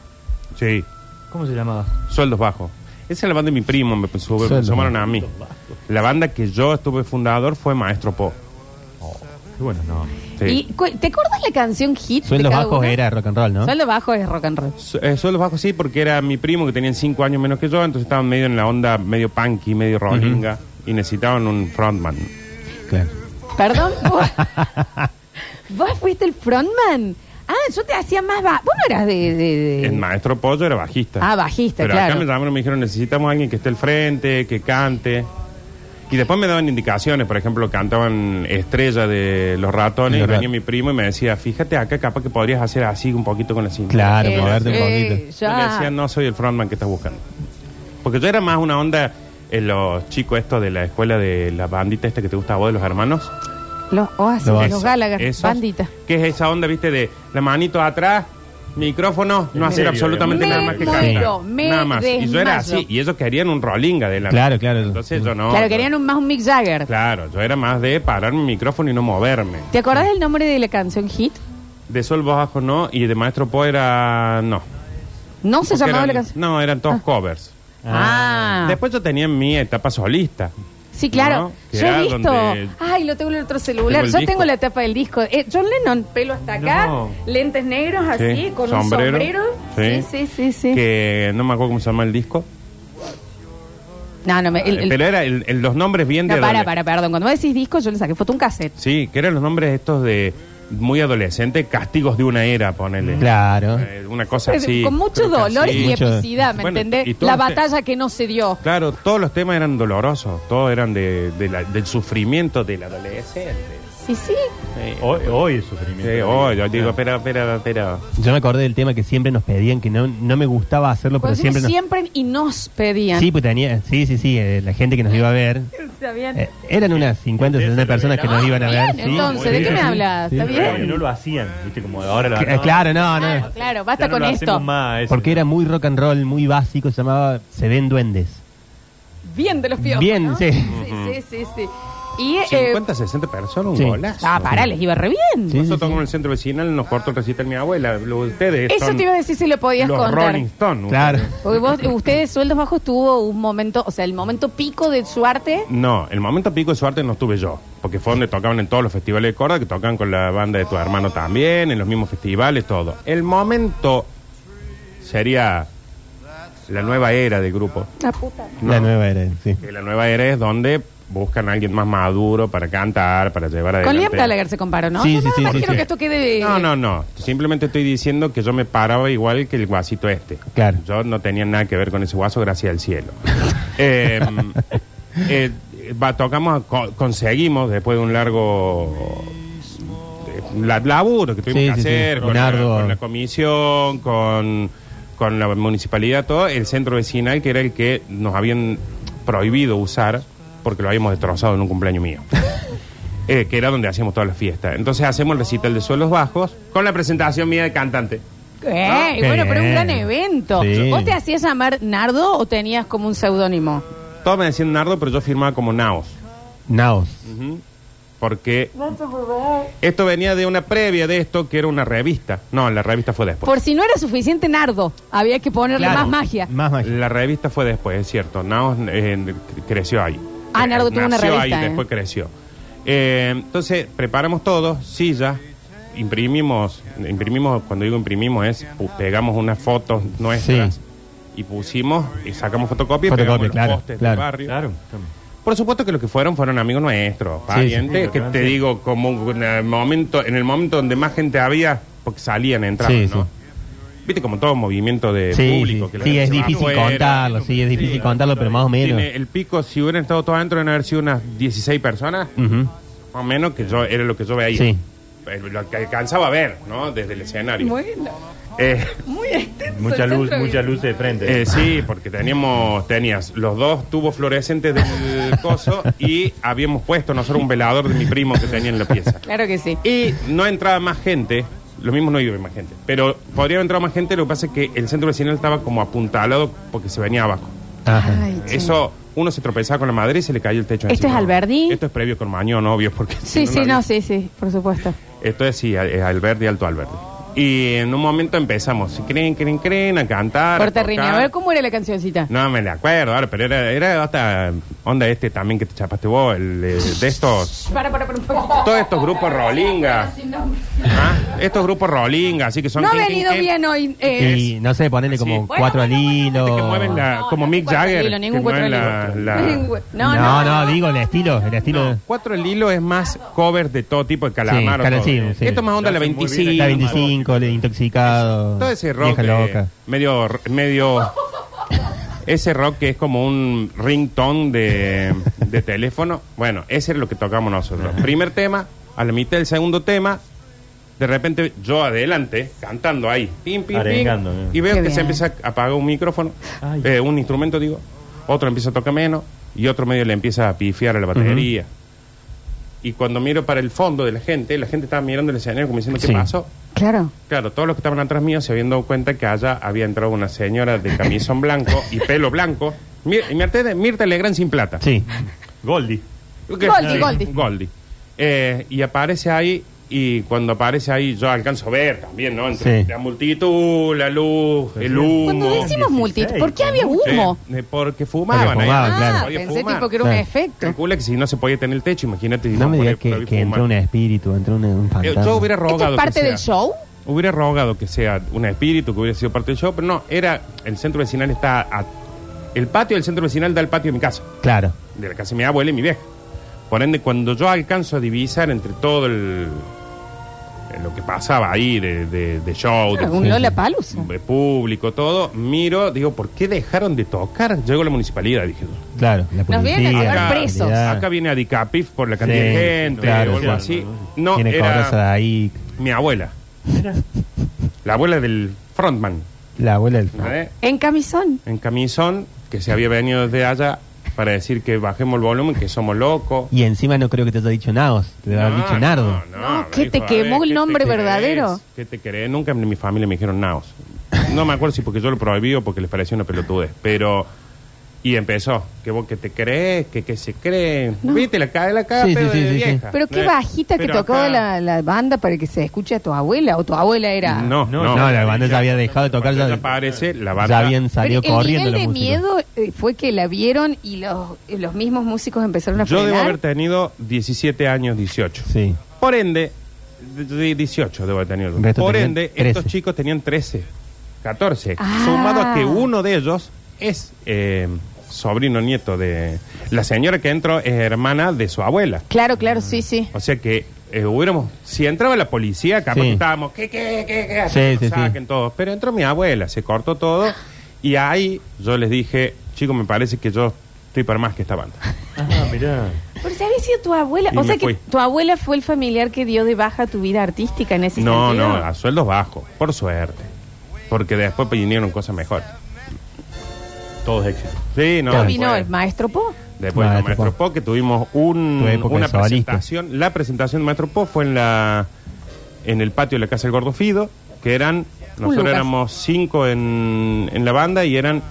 Speaker 5: Sí,
Speaker 3: ¿Cómo se llamaba?
Speaker 5: sueldos bajos. Esa es la banda de mi primo, me sube- me
Speaker 2: Sueldos
Speaker 5: sumaron a mí. La banda que yo estuve fundador fue Maestro Po.
Speaker 3: Qué bueno, no.
Speaker 5: Sí.
Speaker 1: Y, cu- ¿Te acordás la canción hit? de
Speaker 2: Sueldos
Speaker 1: cada
Speaker 2: bajos
Speaker 1: uno?
Speaker 2: era rock and roll, ¿no?
Speaker 1: Sueldo bajo es rock and roll.
Speaker 5: Su- eh, Sueldos bajos sí, porque era mi primo que tenían cinco años menos que yo, entonces estaban medio en la onda medio punky, medio rollinga, y necesitaban un frontman.
Speaker 2: Claro.
Speaker 1: Perdón, vos, vos fuiste el frontman. Ah, yo te hacía más bajo. Vos no eras de. de- de-
Speaker 5: El maestro Pollo era bajista.
Speaker 1: Ah, bajista,
Speaker 5: Pero
Speaker 1: claro.
Speaker 5: acá me llamaron y me dijeron, necesitamos a alguien que esté al frente, que cante. Y después me daban indicaciones, por ejemplo, cantaban Estrella de Los Ratones,
Speaker 2: Los
Speaker 5: y venía
Speaker 2: Rat-
Speaker 5: mi primo y me decía, fíjate acá, capaz que podrías hacer así un poquito con la cinta.
Speaker 2: Claro,
Speaker 1: Eh,
Speaker 2: moverte un
Speaker 1: eh,
Speaker 2: poquito.
Speaker 5: Yo le
Speaker 1: ya.
Speaker 5: decía, no soy el frontman que estás buscando. Porque yo era más una onda, en los chicos estos de la escuela de la bandita esta que te gusta a vos, de los hermanos.
Speaker 1: Los Oasis,
Speaker 2: Los
Speaker 1: los,
Speaker 2: Oasis.
Speaker 1: Gallagher,
Speaker 5: Esos,
Speaker 1: bandita.
Speaker 5: ¿Qué es esa onda, viste, de la manito atrás, micrófono,
Speaker 3: En
Speaker 5: no hacer
Speaker 3: serio,
Speaker 5: absolutamente
Speaker 3: me
Speaker 5: nada más que
Speaker 1: muero,
Speaker 5: cantar?
Speaker 1: me
Speaker 5: nada más. Y yo era
Speaker 1: desmayo.
Speaker 5: así, y ellos querían un rolling adelante.
Speaker 2: Claro, claro.
Speaker 5: Entonces yo no.
Speaker 1: claro,
Speaker 5: yo-
Speaker 1: querían un, más un Mick Jagger.
Speaker 5: Claro, yo era más de parar mi micrófono y no moverme.
Speaker 1: ¿Te acordás del nombre de la canción Hit?
Speaker 5: De sol bajo no, y de maestro po era no.
Speaker 1: No se
Speaker 5: Porque
Speaker 1: llamaba
Speaker 5: eran-
Speaker 1: la canción.
Speaker 5: No, eran todos covers.
Speaker 1: Ah,
Speaker 5: Después yo tenía mi etapa solista.
Speaker 1: sí, claro.
Speaker 5: ¿no? Que
Speaker 1: Yo
Speaker 5: era
Speaker 1: he visto.
Speaker 5: donde-
Speaker 1: Ay, lo tengo en el otro celular.
Speaker 5: Tengo el
Speaker 1: Yo
Speaker 5: disco.
Speaker 1: tengo la tapa del disco. Eh, John Lennon, pelo hasta acá,
Speaker 3: No.
Speaker 1: lentes negros así,
Speaker 5: Sí,
Speaker 1: Ah, con
Speaker 5: sombrero.
Speaker 1: un sombrero. Sí, sí,
Speaker 5: Sí.
Speaker 1: sí. sí.
Speaker 5: Que no me acuerdo cómo se llama el disco. Ah,
Speaker 1: No, no, me- el- el-
Speaker 5: pero era el- el- los nombres bien
Speaker 1: no,
Speaker 5: de
Speaker 1: para,
Speaker 5: adolescente.
Speaker 1: para, perdón. Cuando vos decís disco, yo le saqué foto a un cassette.
Speaker 5: Sí, que eran los nombres estos de muy adolescente, castigos de una era, ponele.
Speaker 2: Claro.
Speaker 5: Eh, una cosa
Speaker 1: Pero
Speaker 5: así.
Speaker 1: con mucho
Speaker 5: creo que
Speaker 1: dolor
Speaker 5: así.
Speaker 1: y
Speaker 2: Mucho-
Speaker 1: epicidad, ¿me
Speaker 5: Bueno, y
Speaker 1: entendés?
Speaker 5: todo este
Speaker 1: La
Speaker 5: te-
Speaker 1: batalla que no se dio.
Speaker 5: Claro, todos los temas eran dolorosos, todos eran de, de la- del sufrimiento del adolescente.
Speaker 1: Y sí,
Speaker 5: Sí.
Speaker 3: Hoy, hoy es sufrimiento.
Speaker 5: Sí, oh, yo digo, espera, espera, espera.
Speaker 2: Yo me acordé del tema que siempre nos pedían, que no, no me gustaba hacerlo, pero
Speaker 1: cuando
Speaker 2: siempre
Speaker 1: siempre,
Speaker 2: nos...
Speaker 1: y nos pedían.
Speaker 2: Sí, pues tenía, sí, sí, sí, eh, la gente que nos iba a ver.
Speaker 1: Está bien.
Speaker 2: eh, eran unas 50, 60 personas que nos iban a ver.
Speaker 1: bien,
Speaker 2: sí.
Speaker 1: entonces, ¿de qué me hablas? ¿Está
Speaker 3: Pero
Speaker 1: bien?
Speaker 3: no lo hacían, ¿viste? Como ahora la.
Speaker 2: Que- eh, Claro, no,
Speaker 1: Claro,
Speaker 2: no.
Speaker 1: Ah, claro,
Speaker 3: ya
Speaker 1: basta
Speaker 3: no
Speaker 1: con
Speaker 3: lo
Speaker 1: esto.
Speaker 3: hacemos más, ese.
Speaker 2: Porque era muy rock and roll, muy básico, se llamaba Se ven duendes.
Speaker 1: Bien de los piojos.
Speaker 2: Bien,
Speaker 1: ¿no?
Speaker 2: sí.
Speaker 1: Sí, sí, sí, sí. Y, eh,
Speaker 5: 50, 60 personas, un
Speaker 2: sí.
Speaker 5: golazo.
Speaker 1: ah, pará, les iba re bien.
Speaker 2: Sí,
Speaker 5: Nosotros tocamos en el centro vecinal, nos cortó el recital mi abuela. Lo, ustedes
Speaker 1: Eso
Speaker 5: son
Speaker 1: te iba a decir si lo podías
Speaker 5: los
Speaker 1: contar.
Speaker 5: Rolling Stones.
Speaker 2: Claro.
Speaker 1: Porque vos, ustedes, Sueldos Bajos, tuvo un momento, o sea, el momento pico de su arte.
Speaker 5: No, el momento pico de su arte no estuve yo, porque fue donde tocaban en todos los festivales de Córdoba, que tocaban con la banda de tu hermano también, en los mismos festivales, todo. El momento sería la nueva era del grupo.
Speaker 1: La puta.
Speaker 2: La nueva era, sí.
Speaker 5: Que la nueva era es donde buscan a alguien más maduro para cantar, para llevar
Speaker 1: Con
Speaker 5: adelante.
Speaker 1: Liam Gallagher se comparó, ¿no?
Speaker 2: Sí,
Speaker 1: Yo
Speaker 2: sí,
Speaker 1: nada
Speaker 2: sí,
Speaker 1: más
Speaker 2: sí,
Speaker 1: quiero
Speaker 2: sí.
Speaker 1: que esto quede.
Speaker 5: No, no, no. Simplemente estoy diciendo que yo me paraba igual que el guasito este.
Speaker 2: Claro.
Speaker 5: Yo no tenía nada que ver con ese guaso, gracias al cielo. Eh, eh, va, tocamos, co- conseguimos después de un largo eh, la- laburo que tuvimos
Speaker 2: Sí,
Speaker 5: que
Speaker 2: sí, sí.
Speaker 5: hacer
Speaker 2: Un
Speaker 5: con, la,
Speaker 2: arduo.
Speaker 5: con la comisión, con, con la municipalidad, todo, el centro vecinal que era el que nos habían prohibido usar porque lo habíamos destrozado en un cumpleaños mío. Eh, que era donde hacíamos todas las fiestas. Entonces hacemos el recital de suelos bajos con la presentación mía de cantante.
Speaker 1: Eh,
Speaker 2: Qué
Speaker 1: bueno, pero es un
Speaker 2: bien.
Speaker 1: gran evento.
Speaker 2: Sí.
Speaker 1: ¿Vos te hacías llamar Nardo o tenías como un seudónimo?
Speaker 5: Todos me decían Nardo, pero yo firmaba como Naos.
Speaker 2: Naos.
Speaker 5: Porque esto venía de una previa de esto, que era una revista. No, la revista fue después.
Speaker 1: Por si no era suficiente Nardo, había que ponerle
Speaker 2: Claro.
Speaker 1: más magia.
Speaker 2: Más magia.
Speaker 5: La revista fue después, es cierto. Naos eh, cre- creció ahí.
Speaker 1: Ah, Nardo tuvo una
Speaker 5: Nació
Speaker 1: revista,
Speaker 5: ahí,
Speaker 1: eh.
Speaker 5: después creció. Eh, entonces, preparamos todo, sillas, imprimimos, imprimimos, cuando digo imprimimos es, pu- pegamos unas fotos nuestras
Speaker 2: Sí.
Speaker 5: y pusimos, y sacamos fotocopias, y
Speaker 2: Fotocopia,
Speaker 5: pegamos los
Speaker 2: claro,
Speaker 5: postes
Speaker 2: claro.
Speaker 5: del barrio.
Speaker 3: Claro.
Speaker 5: Por supuesto que los que fueron fueron amigos nuestros,
Speaker 2: Sí,
Speaker 5: parientes,
Speaker 3: sí, sí,
Speaker 5: que
Speaker 3: claro,
Speaker 5: te
Speaker 3: sí.
Speaker 5: digo, como un- en el momento, en el momento donde más gente había, porque salían, entraban,
Speaker 2: Sí,
Speaker 5: ¿no?
Speaker 2: sí.
Speaker 5: Viste como todo movimiento de
Speaker 2: Sí,
Speaker 5: público.
Speaker 2: sí.
Speaker 5: que la
Speaker 2: Sí,
Speaker 5: gente
Speaker 2: es
Speaker 5: se va
Speaker 2: difícil
Speaker 5: afuera.
Speaker 2: contarlo, sí, es difícil contarlo, pero más o menos.
Speaker 5: Tiene el pico, si hubieran estado todos adentro, deben haber sido unas 16 personas,
Speaker 2: Ujú.
Speaker 5: más o menos, que yo era lo que yo veía.
Speaker 2: Sí.
Speaker 5: Eh, Lo que alcanzaba a ver, ¿no? Desde el escenario. Eh,
Speaker 1: muy extenso.
Speaker 3: Mucha luz, mucha luz de frente.
Speaker 5: eh, sí, porque teníamos, tenías los dos tubos fluorescentes del coso y habíamos puesto nosotros un velador de mi primo que tenía en la pieza.
Speaker 1: Claro que sí.
Speaker 5: Y no entraba más gente, lo mismo no iba más gente, pero podría haber entrado más gente, lo que pasa es que el centro vecinal estaba como apuntalado porque se venía abajo.
Speaker 2: Ajá.
Speaker 1: che.
Speaker 5: Eso, uno se tropezaba con la madre y se le cayó el techo
Speaker 1: ¿Esto ¿Este
Speaker 5: encima.
Speaker 1: es Alberdi?
Speaker 5: Esto es previo con Mañón, obvio, porque...
Speaker 1: Sí,
Speaker 5: si
Speaker 1: sí,
Speaker 5: había-
Speaker 1: no, sí, sí, por supuesto.
Speaker 5: esto es sí, al- eh, Alberdi, Alto Alberdi. Y en un momento empezamos, creen, creen, creen, a cantar. a
Speaker 1: Corta riña, a
Speaker 5: tocar.
Speaker 1: ver cómo era la cancioncita.
Speaker 5: No me la acuerdo ahora, pero era, era hasta onda este también que te chapaste vos, el, eh, de estos,
Speaker 1: Para, para, para un poco.
Speaker 5: todos estos grupos rolinga. ¿Ah? Estos grupos rolinga, así que son...
Speaker 1: No ha
Speaker 5: quin, quin,
Speaker 1: venido
Speaker 5: quin,
Speaker 1: bien hoy. eh,
Speaker 2: Y no sé, ponerle como
Speaker 5: Así.
Speaker 2: cuatro al hilo.
Speaker 5: Que mueven la,
Speaker 1: No,
Speaker 5: como
Speaker 1: no,
Speaker 5: Mick
Speaker 1: cuatro al
Speaker 5: Jagger.
Speaker 1: hilo, ningún
Speaker 5: que
Speaker 1: cuatro
Speaker 5: mueven
Speaker 1: al
Speaker 5: la- la-
Speaker 1: Ningún- No, no,
Speaker 2: no,
Speaker 1: no,
Speaker 2: digo el estilo, el estilo.
Speaker 5: No, cuatro el hilo es más cover de todo tipo de calamar. o
Speaker 2: cara-
Speaker 5: todo.
Speaker 2: sí, sí.
Speaker 5: Esto es más onda la
Speaker 3: Lo hacen muy bien
Speaker 5: 25.
Speaker 2: La 25, el intoxicado.
Speaker 5: Todo ese rock
Speaker 2: Vieja
Speaker 5: eh,
Speaker 2: loca.
Speaker 5: medio medio ese rock que es como un ringtone de, de teléfono. Bueno, ese es lo que tocamos nosotros. Primer tema, a la mitad del segundo tema, de repente yo adelante cantando ahí, pim, pim, pim,
Speaker 3: Arengando, eh.
Speaker 5: y veo
Speaker 1: Qué
Speaker 5: que se
Speaker 1: bien.
Speaker 5: empieza a apagar un micrófono,
Speaker 3: Ay.
Speaker 5: eh, un instrumento digo, otro empieza a tocar menos y otro medio le empieza a pifiar a la batería. Y cuando miro para el fondo de la gente, la gente estaba mirando el escenario como diciendo, ¿qué
Speaker 2: Sí.
Speaker 5: pasó?
Speaker 1: Claro.
Speaker 5: Claro, todos los que estaban atrás mío se habían dado cuenta que allá había entrado una señora de camisón blanco y pelo blanco. Mir Mirta, Mirta Legrand sin plata.
Speaker 2: Sí.
Speaker 3: Goldie.
Speaker 5: Goldi, Eh,
Speaker 1: Goldie, Goldie.
Speaker 5: y aparece ahí, y cuando aparece ahí yo alcanzo a ver también, ¿no? Entre
Speaker 2: Sí.
Speaker 5: la multitud, la luz, el humo.
Speaker 1: Cuando decimos
Speaker 3: 16,
Speaker 1: multi, ¿por qué había
Speaker 5: Sí,
Speaker 1: humo?
Speaker 5: eh, porque fumaban.
Speaker 2: Porque
Speaker 5: ahí.
Speaker 2: fumaban,
Speaker 1: Ah,
Speaker 2: claro.
Speaker 5: Podía
Speaker 1: pensé
Speaker 5: fumar.
Speaker 1: tipo que era un
Speaker 2: Claro.
Speaker 1: efecto.
Speaker 5: Calcula que si no se podía tener el techo, imagínate. si
Speaker 2: No me
Speaker 5: podía-
Speaker 2: digas que,
Speaker 5: podía
Speaker 2: que
Speaker 5: fumar.
Speaker 2: entró un espíritu, entró un, un
Speaker 5: Eh,
Speaker 2: fantasma.
Speaker 5: Yo hubiera rogado
Speaker 1: ¿Esto es
Speaker 5: que
Speaker 1: parte del
Speaker 5: sea.
Speaker 1: show?
Speaker 5: Hubiera rogado que sea un espíritu, que hubiera sido parte del show, pero no, era el centro vecinal está a- el patio del centro vecinal da al patio de mi casa,
Speaker 2: Claro.
Speaker 5: de la casa de mi abuela y mi vieja. Por ende, cuando yo alcanzo a divisar entre todo el, eh, lo que pasaba ahí de, de, de show,
Speaker 1: Claro,
Speaker 5: de,
Speaker 1: un Lollapalooza.
Speaker 5: de público, todo, miro, digo, ¿por qué dejaron de tocar? Llegó la municipalidad, dije.
Speaker 2: Claro, la
Speaker 1: Nos vienen a
Speaker 2: policía,
Speaker 1: llevar
Speaker 2: la
Speaker 1: presos.
Speaker 2: seguridad.
Speaker 5: Acá viene Adicapif por la cantidad de
Speaker 2: Sí,
Speaker 5: gente
Speaker 2: claro,
Speaker 5: o algo
Speaker 2: claro.
Speaker 5: así. No,
Speaker 2: Tiene cobranza de
Speaker 5: era
Speaker 2: ahí.
Speaker 5: mi abuela. La abuela del frontman.
Speaker 2: La abuela del
Speaker 5: ¿eh?
Speaker 1: En camisón.
Speaker 5: en camisón, que se había venido desde allá para decir que bajemos el volumen, que somos locos.
Speaker 2: Y encima no creo que te haya dicho Naos, te debe haber dicho Nardo.
Speaker 1: No, ¿qué
Speaker 5: me
Speaker 1: te
Speaker 5: a
Speaker 1: quemó el
Speaker 5: ¿qué te
Speaker 1: nombre
Speaker 5: crees?
Speaker 1: verdadero?
Speaker 5: ¿Qué te crees? Nunca en mi familia me dijeron naos. No me acuerdo si porque yo lo prohibí o porque les parecía una pelotudez, pero... Y empezó, que vos que te crees, que, que se cree. Viste, la cae la cae,
Speaker 2: Sí,
Speaker 5: pero
Speaker 2: sí, sí,
Speaker 5: de
Speaker 2: sí, sí.
Speaker 5: vieja.
Speaker 1: Pero qué
Speaker 5: Eh,
Speaker 1: bajita que
Speaker 5: pero
Speaker 1: tocaba
Speaker 5: acá-
Speaker 1: la, la banda para que se escuche a tu abuela. O tu abuela era.
Speaker 5: No, no,
Speaker 2: No, la banda ya había dejado de tocar,
Speaker 5: Ya,
Speaker 2: ya-
Speaker 5: aparece, la banda...
Speaker 2: Ya habían salido
Speaker 1: Pero el
Speaker 2: corriendo
Speaker 1: nivel
Speaker 2: los
Speaker 1: de
Speaker 2: músicos.
Speaker 1: miedo eh, fue que la vieron y los, eh, los mismos músicos empezaron a
Speaker 5: Yo
Speaker 1: frenar.
Speaker 5: debo haber tenido 17 años, 18.
Speaker 2: Sí.
Speaker 5: Por ende, de- de- 18 debo tener.
Speaker 2: El resto
Speaker 5: Por
Speaker 2: tenían
Speaker 5: ende,
Speaker 2: 13.
Speaker 5: estos chicos tenían 13, 14.
Speaker 1: Ah.
Speaker 5: Sumado a que uno de ellos es eh, sobrino nieto de. La señora que entró es hermana de su abuela.
Speaker 1: Claro, claro, sí, sí.
Speaker 5: O sea que eh, hubiéramos. Si entraba la policía,
Speaker 2: Sí.
Speaker 5: capaz que estábamos. ¿Qué, qué, qué, qué?
Speaker 2: Sí,
Speaker 5: Que nos
Speaker 2: sí, sí.
Speaker 5: saquen todos. Pero entró mi abuela, se cortó todo. Y ahí yo les dije, chicos, me parece que yo estoy para más que esta banda.
Speaker 3: Ah, mirá.
Speaker 1: Pero si había sido tu abuela,
Speaker 5: Y
Speaker 1: o sea
Speaker 5: me
Speaker 1: que
Speaker 5: fui.
Speaker 1: tu abuela fue el familiar que dio de baja tu vida artística en ese
Speaker 5: No,
Speaker 1: sentido.
Speaker 5: no, a sueldos bajos, por suerte. Porque después vinieron cosas mejores.
Speaker 3: Todos éxitos.
Speaker 5: Sí, no.
Speaker 1: ¿Qué
Speaker 5: después-
Speaker 1: opinó el maestro Po?
Speaker 5: Después de
Speaker 2: Maestro
Speaker 5: Maestro Po, que tuvimos un,
Speaker 2: Tu época
Speaker 5: una
Speaker 2: de solista.
Speaker 5: presentación. La presentación de Maestro Po fue en la en el patio de la Casa del Gordo Fido, que eran, nosotros
Speaker 1: Lucas.
Speaker 5: éramos cinco en, en la banda y eran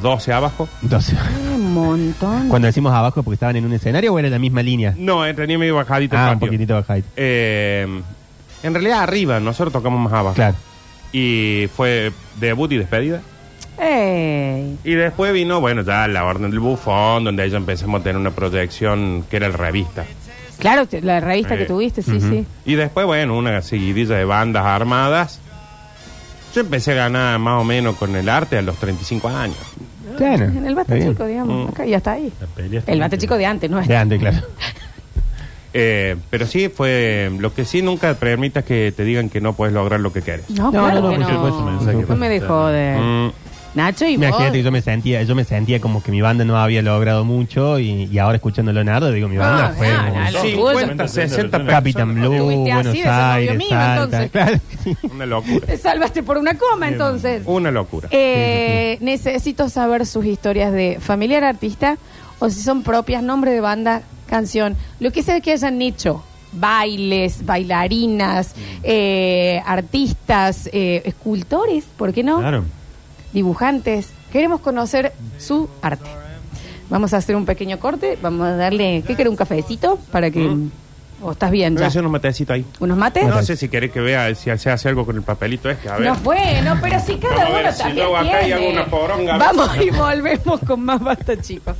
Speaker 5: doce abajo.
Speaker 2: Entonces,
Speaker 1: Un montón.
Speaker 2: cuando decimos abajo es porque estaban en un escenario o era la misma línea.
Speaker 5: No, eh, tenía medio bajadito el
Speaker 2: Ah, un
Speaker 5: patio.
Speaker 2: poquitito bajadito.
Speaker 5: Eh, en realidad arriba, nosotros tocamos más abajo.
Speaker 2: Claro.
Speaker 5: Y fue debut y despedida.
Speaker 1: Ey.
Speaker 5: Y después vino, bueno, ya la Orden del Bufón, donde ahí ya empezamos a tener una proyección que era el revista.
Speaker 1: Claro, te- la revista
Speaker 5: Sí.
Speaker 1: que tuviste, sí, sí.
Speaker 5: Y después, bueno, una seguidilla de bandas armadas. Yo empecé a ganar más o menos con el arte a los 35 años.
Speaker 2: Claro.
Speaker 1: En el bate
Speaker 2: Está bien.
Speaker 1: chico, digamos.
Speaker 5: Mm.
Speaker 1: Acá, y hasta ahí.
Speaker 3: La pelea está
Speaker 1: El bate
Speaker 3: bien.
Speaker 1: chico de antes, ¿no?
Speaker 2: De antes, claro.
Speaker 5: Eh, pero sí, fue lo que sí nunca permitas que te digan que no puedes lograr lo que quieres.
Speaker 1: No,
Speaker 2: No,
Speaker 1: claro
Speaker 2: no, no,
Speaker 1: que
Speaker 2: por
Speaker 3: supuesto,
Speaker 1: no.
Speaker 3: mensaje.
Speaker 1: No me dejó de...
Speaker 5: Mm,
Speaker 1: Nacho y vos.
Speaker 2: Imagínate, yo me sentía, yo me sentía como que mi banda no había logrado mucho y, y ahora escuchando a Leonardo digo mi banda
Speaker 1: Ah,
Speaker 2: fue
Speaker 1: ah,
Speaker 2: como-
Speaker 1: ah, lo-
Speaker 5: 50, 60 personas.
Speaker 2: Capitán Blue,
Speaker 1: Estuviste así,
Speaker 2: Buenos
Speaker 1: de ese novio
Speaker 2: Aires,
Speaker 1: mío,
Speaker 2: Salta.
Speaker 1: entonces.
Speaker 2: Claro, sí.
Speaker 5: Una locura.
Speaker 1: Te salvaste por una coma, entonces.
Speaker 5: Una locura.
Speaker 1: Eh, necesito saber sus historias de familiar artista o si son propias, nombre de banda, canción. Lo que sea que hayan hecho. Bailes, bailarinas, eh, artistas, eh, escultores, ¿por qué no?
Speaker 3: Claro.
Speaker 1: Dibujantes. Queremos conocer su arte. Vamos a hacer un pequeño corte. Vamos a darle. ¿Qué quiere? ¿Un cafecito? Para que. ¿O estás bien
Speaker 5: Voy a
Speaker 1: ya?
Speaker 5: hacer unos matecitos ahí.
Speaker 1: ¿Unos mates?
Speaker 5: No sé si querés que vea si se hace algo con el papelito este. A ver.
Speaker 1: No, bueno, pero si cada
Speaker 5: Vamos a ver
Speaker 1: uno
Speaker 5: si
Speaker 1: también
Speaker 5: yo hago acá y
Speaker 1: tiene.
Speaker 5: hago una poronga.
Speaker 1: Vamos y volvemos con más basta, chicos.